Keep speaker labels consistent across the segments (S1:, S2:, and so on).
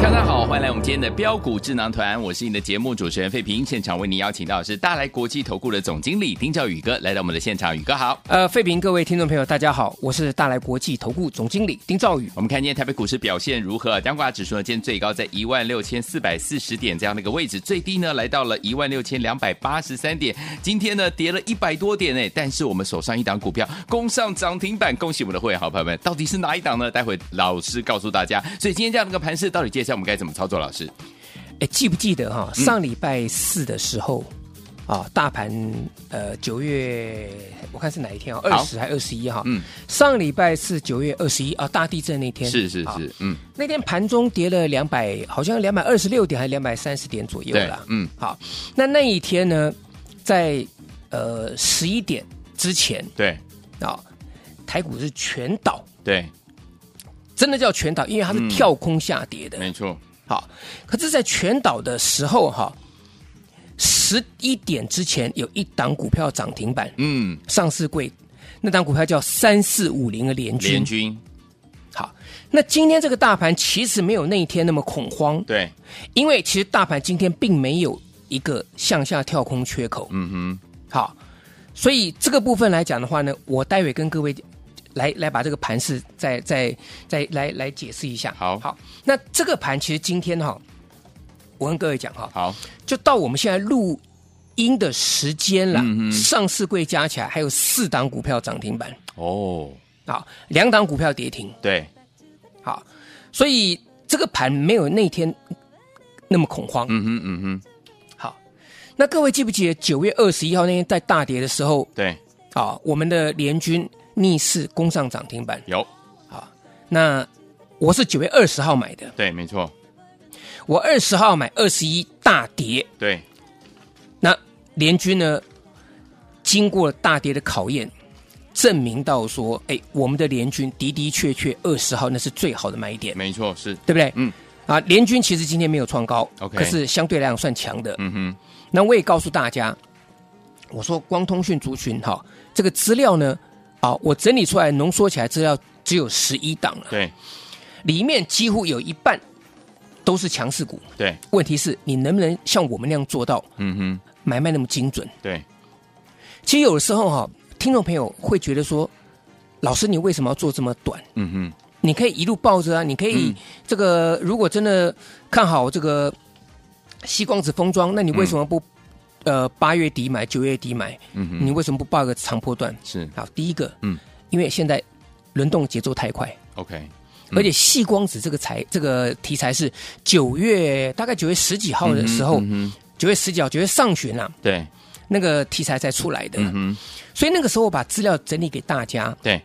S1: 大家好，欢迎来我们今天的标股智囊团，我是你的节目主持人费平。现场为您邀请到的是大来国际投顾的总经理丁兆宇哥来到我们的现场，宇哥好。
S2: 呃，费平，各位听众朋友，大家好，我是大来国际投顾总经理丁兆宇。
S1: 我们看今天台北股市表现如何？啊加挂指数呢，今天最高在一万六千四百四十点这样的一个位置，最低呢来到了一万六千两百八十三点。今天呢跌了一百多点哎，但是我们手上一档股票攻上涨停板，恭喜我们的会员好朋友们。到底是哪一档呢？待会老师告诉大家。所以今天这样的一个盘势，到底接下来我们该怎么操作？老师，
S2: 哎，记不记得哈、
S1: 嗯
S2: 上礼拜四的时候啊，大盘呃九月我看是哪一天啊？二
S1: 好
S2: 十还二十一哈？
S1: 嗯，
S2: 上礼拜四九月二十一啊，大地震那天
S1: 是是
S2: 啊
S1: 是，嗯，
S2: 那天盘中跌了两百，好像两百二十六点还是两百三十点左右
S1: 对
S2: 啦，。
S1: 嗯，
S2: 好，那那一天呢，在呃十一点之前
S1: 对
S2: 啊，台股是全倒，
S1: 对，
S2: 真的叫全倒，因为它是
S1: 嗯
S2: 跳空下跌的。
S1: 没错，
S2: 好，可是，在全倒的时候哈，十一点之前有一档股票涨停板，
S1: 嗯，
S2: 上市柜那档股票叫三四五零的联
S1: 联
S2: 军。
S1: 军，
S2: 好，那今天这个大盘其实没有那一天那么恐慌，
S1: 对，
S2: 因为其实大盘今天并没有一个向下跳空缺口。
S1: 嗯哼，
S2: 好，所以这个部分来讲的话呢，我待会跟各位来来把这个盘势再再再来来解释一下。
S1: 好
S2: 好，那这个盘其实今天哈、我跟各位讲哈、
S1: 好，
S2: 就到我们现在录音的时间了，
S1: 嗯哼
S2: 上市柜加起来还有四档股票涨停板，
S1: 哦，
S2: 好，两档股票跌停，
S1: 对，
S2: 好，所以这个盘没有那天那么恐慌。
S1: 嗯哼，嗯哼，
S2: 好，那各位记不记得九月二十一号那天在大跌的时候，
S1: 对，
S2: 啊，我们的联军逆势攻上涨停板。
S1: 有，
S2: 那我是九月二十号买的，
S1: 对，没错，
S2: 我二十号买二十一大跌，
S1: 对，
S2: 那联军呢，经过了大跌的考验，证明到说，哎，我们的联军的的确确二十号那是最好的买点，
S1: 没错，是，
S2: 对不对？
S1: 嗯，
S2: 啊，联军其实今天没有创高
S1: OK
S2: 可是相对来讲算强的。
S1: 嗯哼，
S2: 那我也告诉大家，我说光通讯族群哈，这个资料呢，啊，我整理出来浓缩起来资料只有十一档了，
S1: 对，
S2: 里面几乎有一半都是强势股。
S1: 对，
S2: 问题是你能不能像我们那样做到
S1: 嗯哼，
S2: 买卖那么精准？
S1: 对，
S2: 其实有的时候哈、听众朋友会觉得说，老师你为什么要做这么短？
S1: 嗯哼，
S2: 你可以一路抱着啊，你可
S1: 嗯
S2: 以这个、如果真的看好这个西光子封装，那你为什么不、呃八月底买九月底买？
S1: 嗯哼，
S2: 你为什么不报个长波段？
S1: 是
S2: 好，第一个，
S1: 嗯，
S2: 因为现在轮动节奏太快，
S1: OK，嗯
S2: 而且细光子这个材这个题材是九月大概九月十几号的时候，
S1: 嗯哼，嗯哼
S2: 九、月十几号九月上旬啊，
S1: 对，
S2: 那个题材才出来的，
S1: 嗯哼，
S2: 所以那个时候我把资料整理给大家，
S1: 对，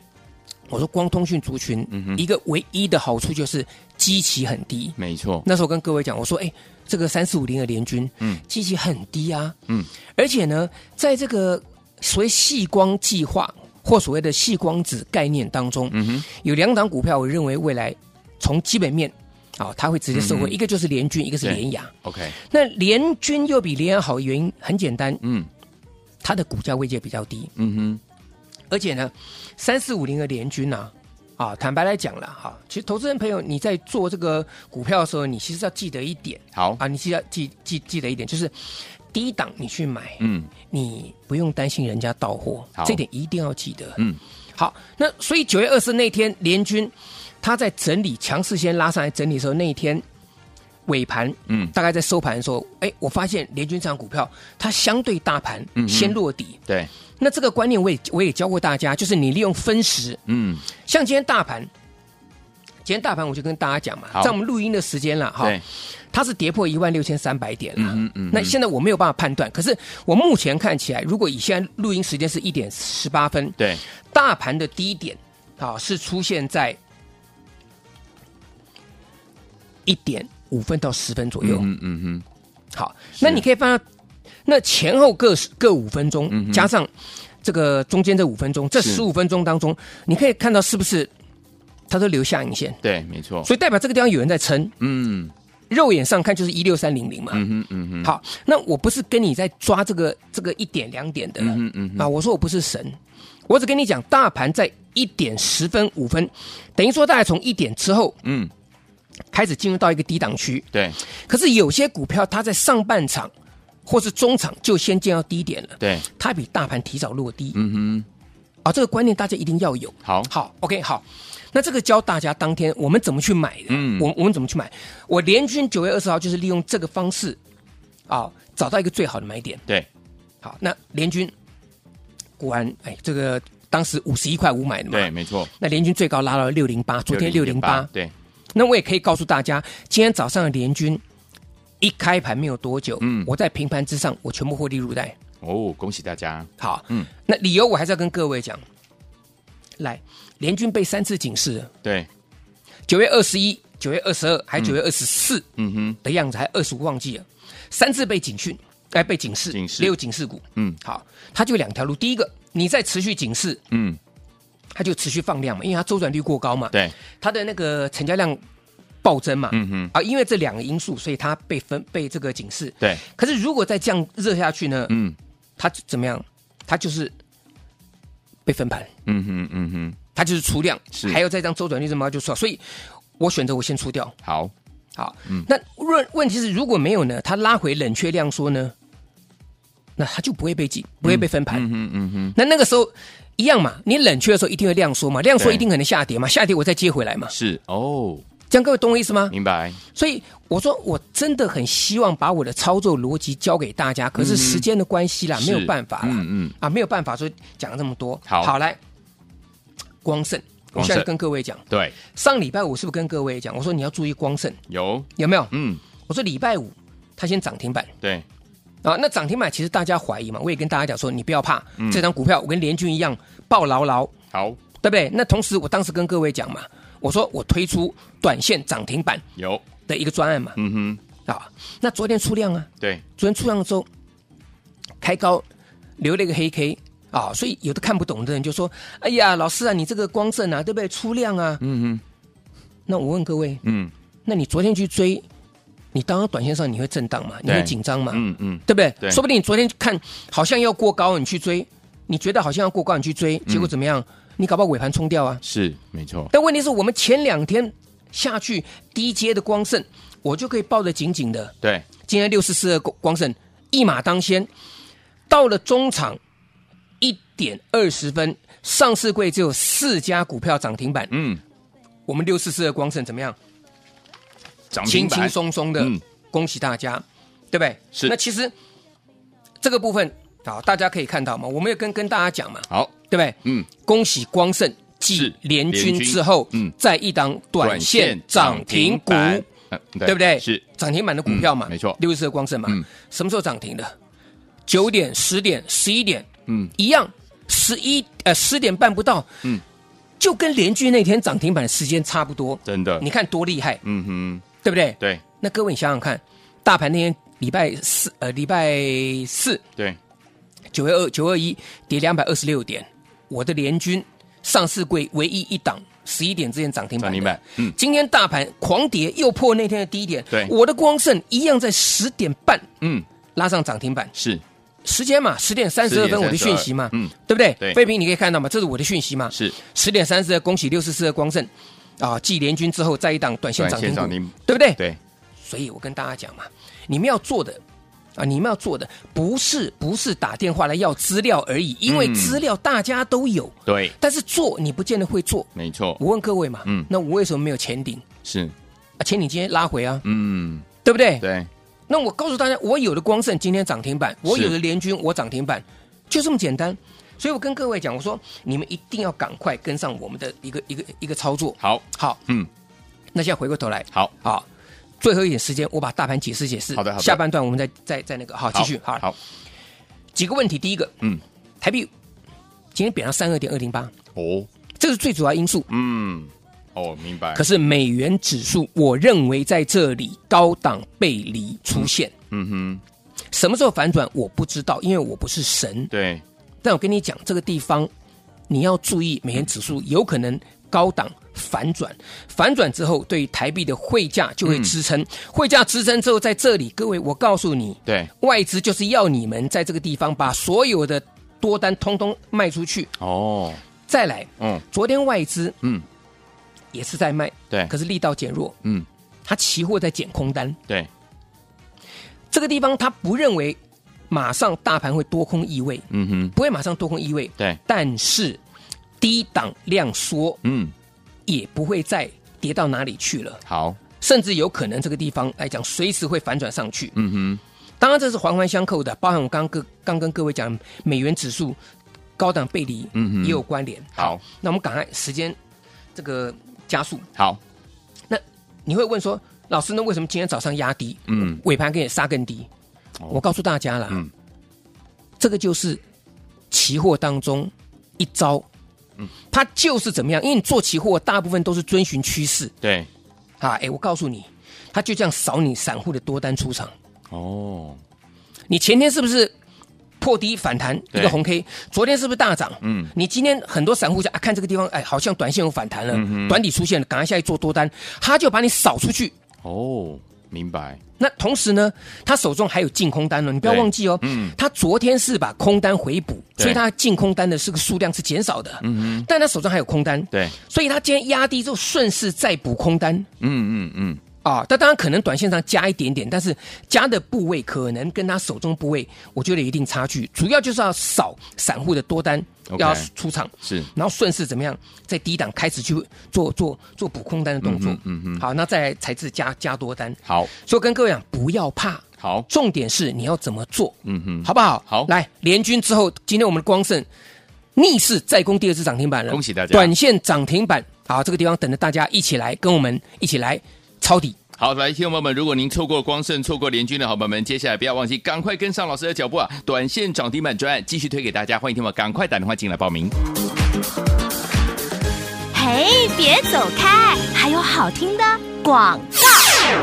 S2: 我说光通讯族群、
S1: 嗯哼
S2: 一个唯一的好处就是基期很低。
S1: 没错，
S2: 那时候跟各位讲，我说，哎，这个三四五零的联军，
S1: 嗯，
S2: 基期很低啊，
S1: 嗯，
S2: 而且呢，在这个所谓细光计划或所谓的细光子概念当中，
S1: 嗯哼，
S2: 有两档股票，我认为未来从基本面啊、它会直接收回，
S1: 嗯哼
S2: 一个就是联军，一个是
S1: 对
S2: 联雅。
S1: ，OK，
S2: 那联军又比联雅好，原因很简单，
S1: 嗯，
S2: 它的股价位阶比较低，
S1: 嗯
S2: 而且呢，三四五零的联军啊。啊，坦白来讲了哈，其实投资人朋友，你在做这个股票的时候，你其实要记得一点，
S1: 哼，好，
S2: 啊，你记得记记记得一点，就是第一档你去买，
S1: 嗯，
S2: 你不用担心人家到货
S1: 好，
S2: 这点一定要记得。
S1: 嗯，
S2: 好，那所以九月二十那天，联军他在整理强势先拉上来整理的时候，那一天尾盘
S1: 嗯，
S2: 大概在收盘的时候，哎，我发现联军这档股票它相对大盘
S1: 嗯哼
S2: 先落底。
S1: 对，
S2: 那这个观念我也我也教过大家，就是你利用分时，
S1: 嗯，
S2: 像今天大盘今天大盘我就跟大家讲嘛
S1: 好，
S2: 在我们录音的时间了哈
S1: 对，
S2: 它是跌破一万六千三百点了。
S1: 嗯哼嗯哼
S2: 那现在我没有办法判断，可是我目前看起来，如果以现在录音时间是一点十八分，
S1: 对，
S2: 大盘的低点啊是出现在一点五分到十分左右。
S1: 嗯嗯
S2: 好，那你可以发现，那前后各十各五分钟，加上这个中间这五分钟，这
S1: 嗯是
S2: 十五分钟当中，你可以看到是不是它都留下影线，
S1: 哼，对，没错，
S2: 所以代表这个地方有人在撑。
S1: 嗯
S2: 肉眼上看就是一六三零零嘛。
S1: 嗯哼嗯哼，
S2: 好，那我不是跟你在抓这个这个一点两点的了、
S1: 嗯哼嗯哼
S2: 啊，我说我不是神，我只跟你讲，大盘在一点十分五分，等于说大概从一点之后
S1: 嗯，
S2: 开始进入到一个低档区，
S1: 对嗯
S2: 可是有些股票它在上半场或是中场就先见到低点了，
S1: 对，
S2: 它比大盘提早落低。
S1: 嗯
S2: 啊、这个观念大家一定要有。
S1: 好
S2: 好，OK，好。那这个教大家当天我们怎么去买的，
S1: 嗯
S2: 我我们怎么去买？我联军九月二十号就是利用这个方式，啊、找到一个最好的买点
S1: 哼，。对，
S2: 好，那联军果然，哎，这个当时五十一块五买的嘛，
S1: 对，没错，
S2: 那联军最高拉到六零八，昨天六零八，
S1: 对，
S2: 那我也可以告诉大家，今天早上的联军一开盘没有多久，
S1: 嗯
S2: 我在平盘之上，我全部获利入袋。
S1: 哦，恭喜大家，
S2: 好，
S1: 嗯
S2: 嗯，那理由我还是要跟各位讲，来，联军被三次警示了，
S1: 对，
S2: 九月二十一、九月二十二，还九月二十四
S1: 嗯哼，
S2: 的样子，还二十五忘记了，三次被警讯，哎、被警示，
S1: 警示
S2: 也有警示股，
S1: 嗯
S2: 好，它就两条路，第一个，你在持续警示，
S1: 嗯，
S2: 它就持续放量嘛，因为它周转率过高嘛，
S1: 对，
S2: 它的那个成交量暴增嘛，
S1: 嗯哼，
S2: 啊，因为这两个因素，所以它被分被这个警示。
S1: 对，
S2: 可是如果再这样热下去呢，
S1: 嗯
S2: 它就怎么样？它就是被分盘，
S1: 嗯哼嗯哼，
S2: 它就是出量
S1: 是，
S2: 还有再这样周转率这么高就出，所以我选择我先出掉。
S1: 好，
S2: 好，
S1: 嗯
S2: 那问问题是如果没有呢？它拉回冷却量缩呢，那它就不会被记，不会被分盘。
S1: 嗯哼嗯哼，
S2: 那那个时候一样嘛，你冷却的时候一定会量缩嘛，量缩
S1: 对
S2: 一定可能下跌嘛，下跌我再接回来嘛，
S1: 是哦，
S2: 这样各位懂我意思吗？
S1: 明白，
S2: 所以我说，我真的很希望把我的操作逻辑教给大家，可是时间的关系啦，
S1: 是
S2: 没有办法啦，
S1: 嗯嗯
S2: 啊，没有办法，所以讲了这么多。
S1: 好
S2: 来，光盛，我
S1: 光盛
S2: 现在跟各位讲，
S1: 对，
S2: 上礼拜我是不是跟各位讲，我说你要注意光盛
S1: 有，
S2: 有没有？
S1: 嗯，
S2: 我说礼拜五它先涨停板
S1: 对，
S2: 啊，那涨停板其实大家怀疑嘛，我也跟大家讲说，你不要怕，
S1: 嗯
S2: 这张股票我跟联军一样抱牢牢，
S1: 好，
S2: 对不对？那同时我当时跟各位讲嘛，我说我推出短线涨停板
S1: 有，
S2: 的一个专案嘛，
S1: 嗯
S2: 啊，那昨天出量啊。
S1: 哼，对，
S2: 昨天出量之后开高，留了一个黑 K 啊，所以有的看不懂的人就说：“哎呀，老师啊，你这个光正啊，对不对？出量啊。
S1: 嗯哼，”
S2: 那我问各位，
S1: 嗯
S2: 那你昨天去追，你当然短线上你会震荡嘛，你会紧张嘛，
S1: 嗯嗯，
S2: 对不对？
S1: 对
S2: 说不定你昨天看好像要过高，你去追，你觉得好像要过高，你去追，
S1: 嗯
S2: 结果怎么样？你搞不好尾盘冲掉啊。
S1: 是没错，
S2: 但问题是我们前两天下去低阶的光盛，我就可以抱得紧紧的。
S1: 对，
S2: 今天六四四二光盛一马当先，到了中场一点二十分，上市柜只有四家股票涨停板，
S1: 嗯，
S2: 我们六四四二光盛怎么样？
S1: 涨
S2: 轻
S1: 停
S2: 轻
S1: 板，
S2: 松松的，
S1: 嗯
S2: 恭喜大家，对不对？
S1: 是
S2: 那其实这个部分啊，大家可以看到嘛，我们也跟跟大家讲嘛，
S1: 好，
S2: 对不对？
S1: 嗯，
S2: 恭喜光盛继
S1: 是联
S2: 联军
S1: 军
S2: 之后，
S1: 嗯
S2: 嗯，在一档短线涨停股，
S1: 短线涨停板，呃
S2: 对不对？
S1: 是，
S2: 涨停板的股票嘛，
S1: 嗯没错
S2: 六十的光盛嘛，
S1: 嗯
S2: 什么时候涨停的？九点、十点、十一点，
S1: 嗯，
S2: 一样，十一呃十点半不到，
S1: 嗯，
S2: 就跟联聚那天涨停板的时间差不多。
S1: 真的，
S2: 你看多厉害，
S1: 嗯哼，
S2: 对不对？
S1: 对
S2: 那各位你想想看，大盘那天礼拜四呃礼拜四
S1: 对，
S2: 九月二九二一跌两百二十六点，我的联军上市柜唯一一档十一点之前涨停板
S1: 涨
S2: 的，
S1: 停板，嗯，
S2: 今天大盘狂跌，又破那天的低点。
S1: 对
S2: 我的光盛一样在十点半
S1: 嗯，
S2: 拉上涨停板，
S1: 是
S2: 时间嘛，十点三十二分
S1: 10:32
S2: 我的讯息嘛，
S1: 嗯，
S2: 对不对？
S1: 对
S2: 飞平你可以看到嘛，这是我的讯息嘛，
S1: 是
S2: 十点三十二，恭喜六四四的光盛啊，继联军之后再一档短线
S1: 短
S2: 涨
S1: 线
S2: 停
S1: 涨
S2: 股，
S1: 停，
S2: 对不对？
S1: 对，
S2: 所以我跟大家讲嘛，你们要做的啊，你们要做的不是不是打电话来要资料而已，因为
S1: 嗯
S2: 资料大家都有，
S1: 对，
S2: 但是做你不见得会做。
S1: 没错，
S2: 我问各位嘛，
S1: 哦嗯
S2: 那我为什么没有前顶
S1: 是，
S2: 啊？前顶今天拉回啊，
S1: 嗯，
S2: 对不对？
S1: 对，
S2: 那我告诉大家，我有的光盛今天涨停板，我有的联军我涨停板，就这么简单。所以我跟各位讲，我说你们一定要赶快跟上我们的一个一个一个操作。
S1: 好，
S2: 好，
S1: 嗯，
S2: 那现在回过头来，
S1: 好，
S2: 好，啊最后一点时间，我把大盘解释解释。
S1: 好的好的
S2: 下半段我们再再再那个，好，继续。好，
S1: 好，
S2: 几个问题，第一个，
S1: 嗯，
S2: 台币今天贬到三二点二零八，
S1: 哦，
S2: 这是最主要因素。
S1: 嗯，哦，明白
S2: 可，是美元指数，我认为在这里高档背离出现，
S1: 嗯哼，
S2: 什么时候反转我不知道，因为我不是神。
S1: 对，
S2: 但我跟你讲，这个地方你要注意，美元指
S1: 嗯
S2: 数有可能高档反转，反转之后对于台币的汇价就
S1: 嗯
S2: 会支撑，汇价支撑之后，在这里，各位，我告诉你，
S1: 对，
S2: 外资就是要你们在这个地方把所有的多单通通卖出去。
S1: 哦，
S2: 再来，
S1: 嗯
S2: 昨天外资
S1: 嗯，
S2: 也是在卖，
S1: 对，
S2: 可是力道减弱，
S1: 嗯，
S2: 它期货在减空单。
S1: 对，
S2: 这个地方他不认为马上大盘会多空异位，
S1: 嗯哼，
S2: 不会马上多空异位，
S1: 对，
S2: 但是低档量缩
S1: 嗯，
S2: 也不会再跌到哪里去了，
S1: 好，
S2: 甚至有可能这个地方来讲随时会反转上去。
S1: 嗯哼，
S2: 当然这是环环相扣的，包含我刚跟刚跟各位讲美元指数高档背离，
S1: 嗯哼
S2: 也有关联。
S1: 好，
S2: 那我们赶快时间这个加速，
S1: 好，
S2: 你会问说，老师，那为什么今天早上压低，
S1: 嗯
S2: 尾盘给你杀更低？
S1: 哦
S2: 我告诉大家啦，
S1: 嗯
S2: 这个就是期货当中一招，
S1: 嗯
S2: 它就是怎么样？因为你做期货，大部分都是遵循趋势
S1: 对，
S2: 啊。哎，我告诉你，它就这样扫你散户的多单出场。
S1: 哦，
S2: 你前天是不是破低反弹
S1: 对
S2: 一个红 K？昨天是不是大涨？
S1: 嗯，
S2: 你今天很多散户想啊，看这个地方，哎，好像短线有反弹了，
S1: 嗯哼
S2: 短底出现了，赶快下去做多单，他就把你扫出去。
S1: 哦，明白，
S2: 那同时呢，他手中还有净空单了，你不要
S1: 对
S2: 忘记哦。
S1: 嗯
S2: 他昨天是把空单回补，
S1: 对
S2: 所以他净空单的是个数量是减少的。嗯但他手中还有空单，
S1: 对，
S2: 所以他今天压低之后顺势再补空单
S1: 嗯嗯嗯，
S2: 啊。他当然可能短线上加一点点，但是加的部位可能跟他手中部位，我觉得有一定差距。主要就是要扫散户的多单
S1: OK
S2: 要出场，
S1: 是，
S2: 然后顺势怎么样，在低档开始去做做做补空单的动作。
S1: 嗯哼嗯哼
S2: 好，那再来才是加加多单。
S1: 好，
S2: 所以我跟各位讲，不要怕。
S1: 好，
S2: 重点是你要怎么做，
S1: 嗯哼，
S2: 好不好？
S1: 好
S2: 来联军之后，今天我们的光盛逆势再攻第二次涨停板了，
S1: 恭喜大家
S2: 短线涨停板，好，这个地方等着大家一起来跟我们一起来抄底。
S1: 好，来，听众朋友们，如果您错过光盛、错过联军的好朋友们，接下来不要忘记赶快跟上老师的脚步啊！短线涨停板专案继续推给大家，欢迎听众朋友赶快打电话进来报名。
S3: 嘿，别走开，还有好听的广。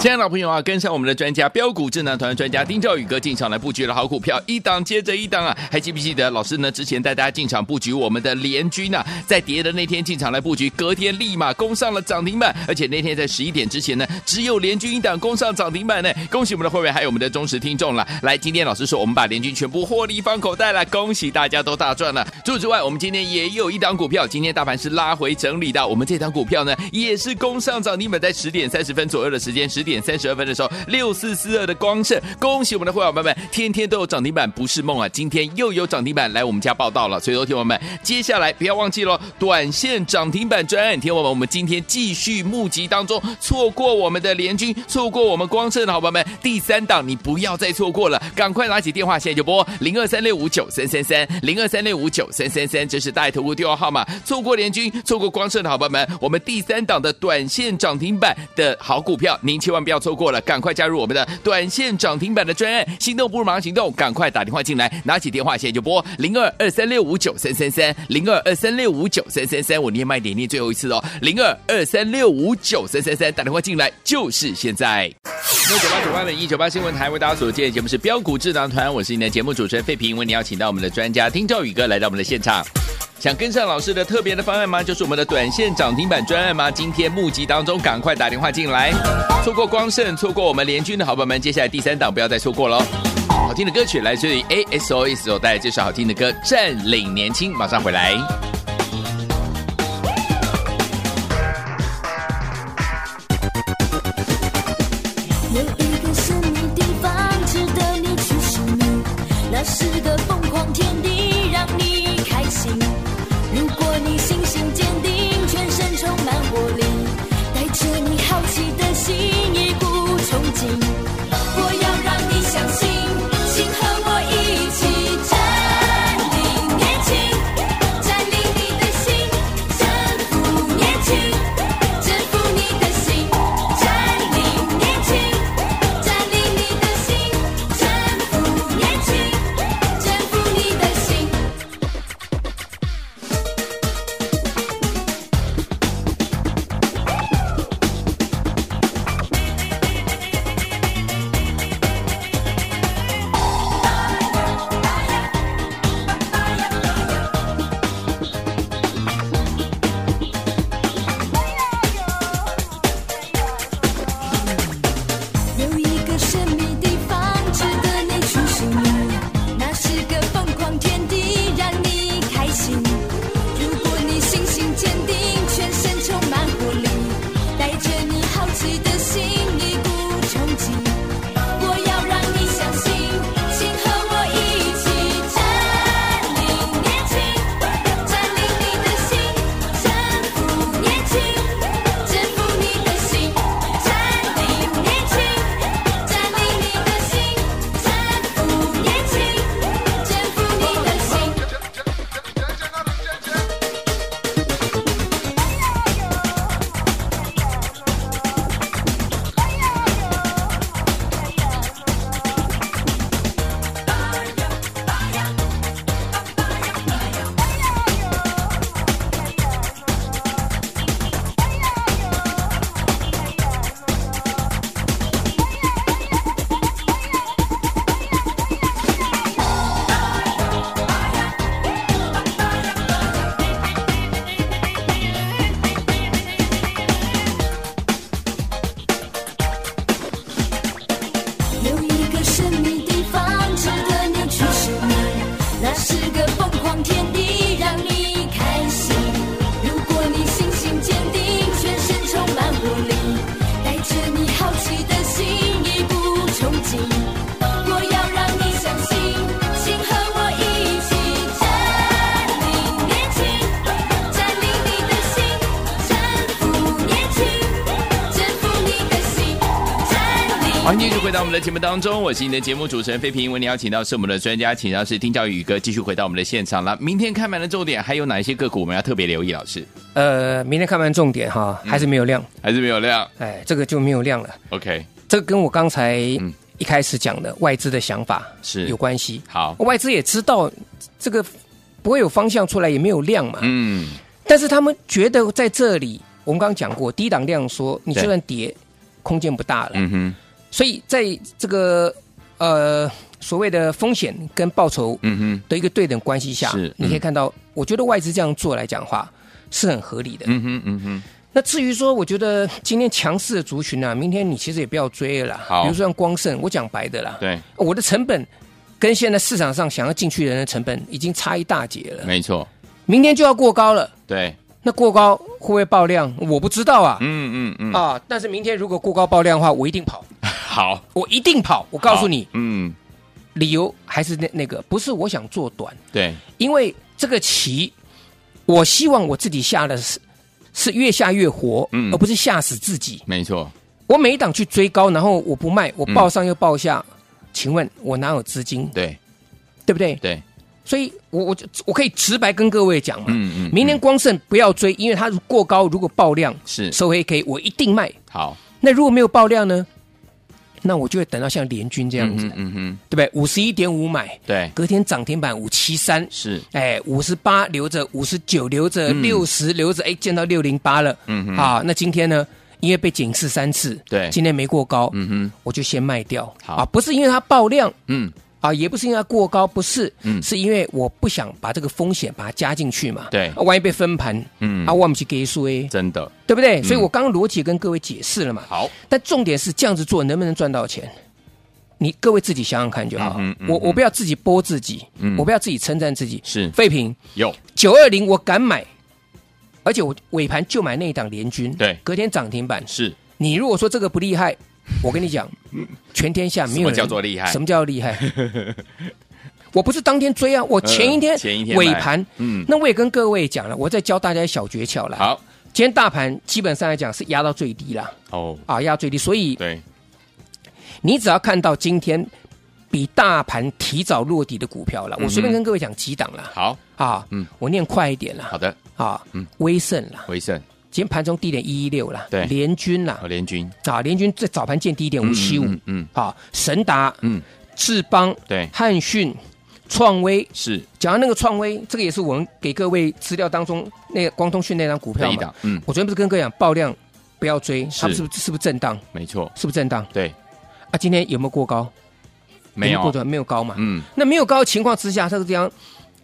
S1: 亲爱的老朋友啊，跟上我们的专家标股智囊团专家丁兆宇哥进场来布局了好股票，一档接着一档啊！还记不记得老师呢？之前带大家进场布局我们的联军啊，在跌的那天进场来布局，隔天立马攻上了涨停板，而且那天在十一点之前呢，只有联军一档攻上涨停板呢。恭喜我们的会员，还有我们的忠实听众了。来，今天老师说我们把联军全部获利放口袋了，恭喜大家都大赚了。除此之外，我们今天也有一档股票，今天大盘是拉回整理的，我们这档股票呢也是攻上涨停板，在十点三十分左右的时间，十点三十二分的时候，六四四二的光盛，恭喜我们的会员朋友们，天天都有涨停板不是梦啊！今天又有涨停板来我们家报道了，所以说听我们接下来不要忘记喽，短线涨停板专案，听我们我们今天继续募集当中，错过我们的联军，错过我们光盛的好朋友们，第三档你不要再错过了，赶快拿起电话现在就拨零二三六五九三三三零二三六五九三三三，这是大头屋电话号码。错过联军，错过光盛的好朋友们，我们第三档的短线涨停板的好股票，您千万不要错过了，赶快加入我们的短线涨停板的专案，心动不如马上行动，赶快打电话进来，拿起电话现在就拨零二二三六五九三三三零二二三六五九三三三，我念慢一点，念最后一次哦，零二二三六五九三三三，打电话进来就是现在。六九八九八零一九八新闻台为大家所见的节目是标股智囊团，我是你的节目主持人费平，为你邀请到我们的专家丁兆宇哥来到我们的现场。想跟上老师的特别的方案吗？就是我们的短线涨停板专案吗？今天募集当中，赶快打电话进来。错过光盛，错过我们联军的好朋友们，接下来第三档不要再错过喽。好听的歌曲来自于 ASOS 所带来这首好听的歌《占领年轻》，马上回来。
S4: 有一个神秘地方值得你去寻觅，那是个疯狂天地，让你开心。如果你信心坚定，全身充满活力，带着你好奇的心，一股冲劲。我要让你相信，请和我一起占领年轻，占领。
S1: 欢迎继续回到我们的节目当中，我是你的节目主持人费平。为您邀请到是我们的专家，请到是丁兆宇哥，继续回到我们的现场了。明天开盘的重点还有哪一些个股我们要特别留意？老师
S2: 呃，明天看完重点哈，
S1: 嗯
S2: 还是没有量，
S1: 还是没有量
S2: 哎，这个就没有量了。
S1: ？OK，
S2: 这跟我刚才
S1: 嗯
S2: 一开始讲的外资的想法
S1: 是
S2: 有关系。
S1: 好，
S2: 外资也知道这个不会有方向出来，也没有量嘛，
S1: 嗯，
S2: 但是他们觉得在这里，我们刚刚讲过，低档量缩，你就
S1: 对
S2: 算跌，空间不大了。
S1: 嗯哼，
S2: 所以在这个呃所谓的风险跟报酬
S1: 嗯哼，
S2: 的一个对等关系下，
S1: 是嗯
S2: 你可以看到，我觉得外资这样做来讲话是很合理的。
S1: 嗯哼，嗯哼，
S2: 那至于说，我觉得今天强势的族群啊，明天你其实也不要追了啦。
S1: 好
S2: 比如说像光盛，我讲白的啦，
S1: 对，
S2: 我的成本跟现在市场上想要进去的人的成本已经差一大截了，
S1: 没错，
S2: 明天就要过高了。
S1: 对，
S2: 那过高会不会爆量？我不知道啊。
S1: 嗯嗯嗯，
S2: 啊！但是明天如果过高爆量的话，我一定跑，
S1: 好，
S2: 我一定跑。我告诉
S1: 好
S2: 你，，
S1: 嗯，
S2: 理由还是那那个，不是我想做短，
S1: 对，
S2: 因为这个棋，我希望我自己下的是是越下越活，
S1: 嗯
S2: 而不是吓死自己。
S1: 没错，
S2: 我每一档去追高，然后我不卖，我报上又报下，
S1: 嗯
S2: 请问我哪有资金，
S1: 对
S2: 对不对？
S1: 对，
S2: 所以我我就我可以直白跟各位讲嘛，
S1: 嗯嗯嗯
S2: 明年光盛不要追，因为它过高，如果爆量
S1: 是
S2: 收黑 K，我一定卖。
S1: 好，
S2: 那如果没有爆量呢？那我就会等到像联军这样
S1: 嗯哎
S2: 子，
S1: 哼，嗯哼，
S2: 对不对？五十一点五买，
S1: 对，
S2: 隔天涨停板五七三，
S1: 是，
S2: 哎，五十八留着，五十九留着，
S1: 嗯
S2: 六十留着，哎，见到六零八了。
S1: 嗯哼
S2: 啊，那今天呢？因为被警示三次，
S1: 对
S2: 今天没过高，
S1: 嗯哼，
S2: 我就先卖掉。
S1: 好
S2: 啊，不是因为它爆量
S1: 嗯，
S2: 啊，也不是因为它过高，不是，
S1: 嗯
S2: 是因为我不想把这个风险把它加进去嘛。
S1: 对
S2: 啊万一被分盘，
S1: 嗯
S2: 啊，我们去给数 A，
S1: 真的
S2: 对不对？所以我刚刚逻辑跟各位解释了嘛。
S1: 好，
S2: 但重点是这样子做能不能赚到钱？你各位自己想想看就好。
S1: 嗯哼嗯
S2: 我
S1: 哼
S2: 我不要自己剥自己，
S1: 嗯
S2: 我不要自己称赞自己。
S1: 是
S2: 废品
S1: 有，
S2: 九二零我敢买，而且我尾盘就买那一档联军，
S1: 对
S2: 隔天涨停板。
S1: 是，
S2: 你如果说这个不厉害，我跟 你讲，全天下没有人
S1: 嗯什么叫做厉害
S2: 什么叫 厉害？我不是当天追啊，我前一
S1: 嗯
S2: 天、
S1: 前一天买
S2: 尾盘，
S1: 嗯，
S2: 那我也跟各位讲了，我在教大家小诀窍了。，
S1: 好，
S2: 今天大盘基本上来讲是压到最低啦，
S1: 哦，
S2: 啊，压到最低，所以
S1: 对，
S2: 你只要看到今天比大盘提早落底的股票了，我随便跟各位讲几档啦，
S1: 好，
S2: 啊，
S1: 嗯
S2: 我念快一点啦，
S1: 好的，
S2: 啊，
S1: 嗯
S2: 威盛啦，
S1: 回胜
S2: 今天盘中低点一一六啦，
S1: 对
S2: 联军啦
S1: 和，联军
S2: 啊，联军在早盘见低点五七五
S1: 嗯，嗯，
S2: 啊，神达、
S1: 嗯，
S2: 智邦、
S1: 对，
S2: 汉讯、创威，
S1: 是
S2: 讲到那个创威，这个也是我们给各位资料当中那个光通讯那张股
S1: 这
S2: 票
S1: 一
S2: 嘛
S1: 档，，嗯，
S2: 我昨天不是跟各位讲爆量不要追，它
S1: 是
S2: 是不是是不是震荡？
S1: 没错，
S2: 是不是震荡
S1: 对，
S2: 啊？今天有没有过高？
S1: 没有啊
S2: 过，高，没有高嘛？
S1: 嗯，
S2: 那没有高的情况之下，这个地方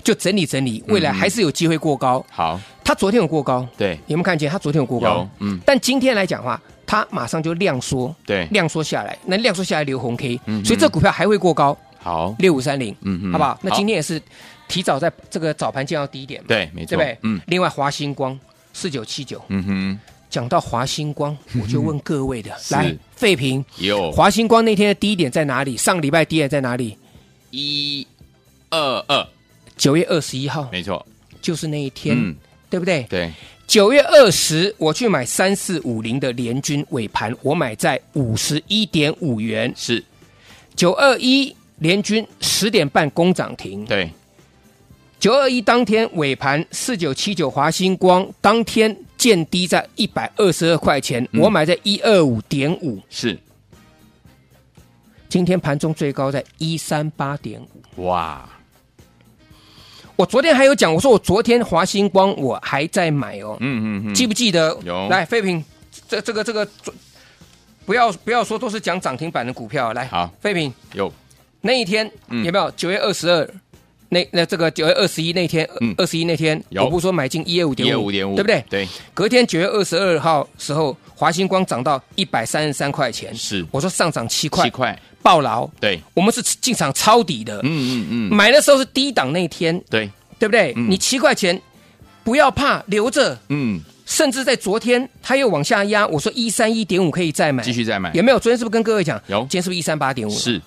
S2: 就整理整理，未来
S1: 嗯嗯
S2: 还是有机会过高。
S1: 好，
S2: 它昨天有过高，
S1: 对，
S2: 有没有看见？它昨天有过高
S1: 有，，嗯，
S2: 但今天来讲的话，它马上就量缩，
S1: 对，
S2: 量缩下来，那量缩下来留红 K，、
S1: 嗯哼
S2: 所以这股票还会过高，
S1: 好，
S2: 六五三零，
S1: 嗯哼
S2: 好不好？那今天也是提早在这个早盘见到低点嘛，
S1: 对，没
S2: 对
S1: 错，
S2: 不对？
S1: 嗯，
S2: 另外华星光四九七九，
S1: 嗯哼，
S2: 讲到华 星光，我就问各位的，
S1: 是哦
S2: 来，费平，
S1: 有
S2: 华星光那天的低点在哪里？上个礼拜低点在哪里？
S1: 一、二二，
S2: 九月二十一号，
S1: 没错，
S2: 就是那一天，
S1: 嗯，
S2: 对不对？
S1: 对，
S2: 九月二十，我去买三四五零的联军尾盘，我买在五十一点五元。
S1: 是，
S2: 九二一联军十点半攻涨停，
S1: 对，
S2: 九二一当天尾盘四九七九华星光当天见低在一百二十二块钱，
S1: 嗯
S2: 我买在一二五点五，
S1: 是，
S2: 今天盘中最高在一三八点五。
S1: 哇，
S2: 我昨天还有讲，我说我昨天华星光我还在买哦，
S1: 嗯嗯嗯，
S2: 记不记得？
S1: 有
S2: 来，废品，这这个这个，这不要不要说都是讲涨停板的股票，啊来，
S1: 好，
S2: 废品
S1: 有，
S2: 那一天、
S1: 嗯
S2: 有没有？九月二十二，那那这个九月二十一那天
S1: 嗯，
S2: 二十一那天，
S1: 有
S2: 我不是说买进一二五
S1: 一
S2: 点
S1: 二
S2: 五，
S1: 五点五，
S2: 对不对？
S1: 对，
S2: 隔天九月二十二号时候，华星光涨到一百三十三块钱，
S1: 是
S2: 我说上涨七
S1: 七
S2: 块，
S1: 块，
S2: 暴牢，
S1: 对，
S2: 我们是进场抄底的，
S1: 嗯嗯嗯，
S2: 买的时候是低档那一天，
S1: 对，
S2: 对不对？
S1: 嗯
S2: 你七块钱不要怕，留着。
S1: 嗯，
S2: 甚至在昨天，它又往下压，我说一三一点五可以再买，
S1: 继续再买，
S2: 有没有？昨天是不是跟各位讲？
S1: 有
S2: 今天是不是一三八点五？，
S1: 是，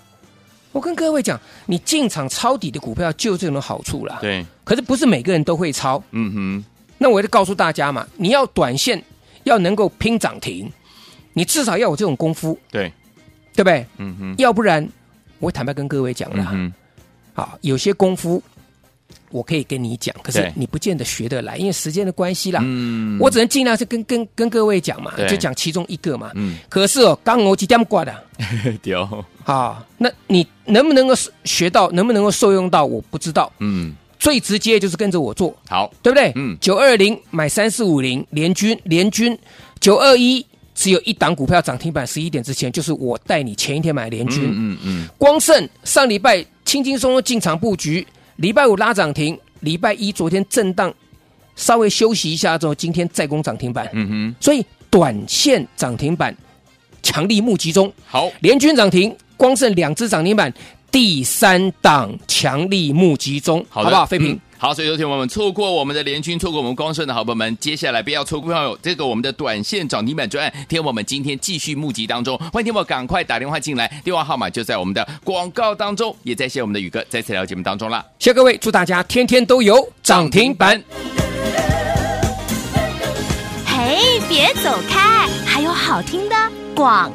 S2: 我跟各位讲，你进场抄底的股票就有这种好处啦。，
S1: 对，
S2: 可是不是每个人都会抄。
S1: 嗯哼，
S2: 那我就告诉大家嘛，你要短线要能够拼涨停，你至少要有这种功夫，
S1: 对，
S2: 对不对？
S1: 嗯哼，
S2: 要不然，我坦白跟各位讲
S1: 嗯
S2: 啦，
S1: 哼，
S2: 啊，有些功夫我可以跟你讲，可是
S1: 对
S2: 你不见得学得来，因为时间的关系啦。
S1: 嗯
S2: 我只能尽量是跟跟跟各位讲嘛
S1: 对，
S2: 就讲其中一个嘛。
S1: 嗯，
S2: 可是哦，刚我几点挂的
S1: 丢，
S2: 啊？那你能不能够学到，能不能够受用到，我不知道。
S1: 嗯，
S2: 最直接就是跟着我做，
S1: 好，
S2: 对不对？
S1: 嗯
S2: 九二零买三四五零联军，联军九二一只有一档股票涨停板，十一点之前就是我带你前一天买联军。
S1: 嗯嗯嗯，
S2: 光盛上礼拜轻轻松松进场布局，礼拜五拉涨停，礼拜一昨天震荡，稍微休息一下之后，今天再攻涨停板。
S1: 嗯
S2: 所以短线涨停板强力目集中，
S1: 哼，好，
S2: 联军涨停，光盛两只涨停板，第三档强力目集中，
S1: 好的，
S2: 好不好？飞平。
S1: 嗯好，所以有听我们错过我们的联军，错过我们光顺的好朋友们，接下来不要错过这个我们的短线涨停板专案。天我们今天继续募集当中，欢迎天我赶快打电话进来，电话号码就在我们的广告当中，也在谢我们的宇哥在这条节目当中啦。
S2: 谢谢各位，祝大家天天都有涨停板。
S3: 嘿，哎别走开，还有好听的广。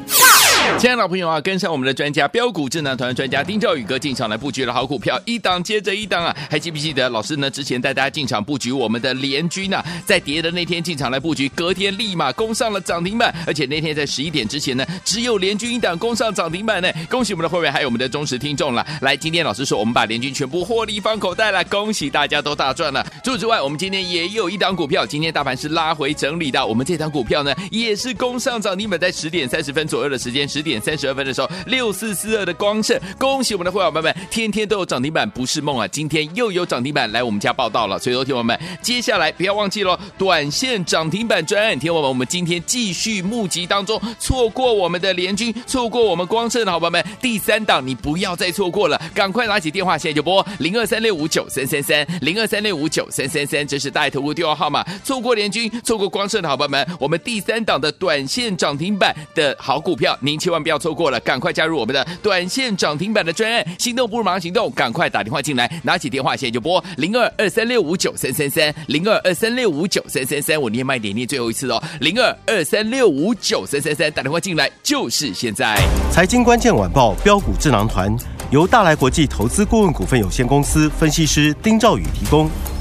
S1: 亲爱的老朋友啊，跟上我们的专家标股智囊团专家丁兆宇哥进场来布局了好股票，一档接着一档啊！还记不记得老师呢？之前带大家进场布局我们的联军啊，在跌的那天进场来布局，隔天立马攻上了涨停板，而且那天在十一点之前呢，只有联军一档攻上涨停板呢。恭喜我们的会员还有我们的忠实听众了！来，今天老师说我们把联军全部获利放口袋了，恭喜大家都大赚了。除此之外，我们今天也有一档股票，今天大盘是拉回整理的，我们这档股票呢也是攻上涨停板，在十点三十分左右的时间，十点三十二分的时候，六四四二的光盛，恭喜我们的会员朋友们，天天都有涨停板不是梦啊！今天又有涨停板来我们家报道了，所以说，听友们，接下来不要忘记喽，短线涨停板专案，听友们，我们今天继续募集当中，错过我们的联军，错过我们光盛的好朋友们，第三档你不要再错过了，赶快拿起电话现在就拨零二三六五九三三三零二三六五九三三三，这是大爱投顾电话号码，错过联军，错过光盛的好朋友们，我们第三档的短线涨停板的好股票，您千万不要错过了，赶快加入我们的短线涨停板的专案，心动不如马上行动，赶快打电话进来，拿起电话现在就拨零二二三六五九三三三零二二三六五九三三三，我念慢一点，念最后一次哦，零二二三六五九三三三，打电话进来就是现在。
S5: 财经关键晚报标股智囊团由大来国际投资顾问股份有限公司分析师丁兆宇提供。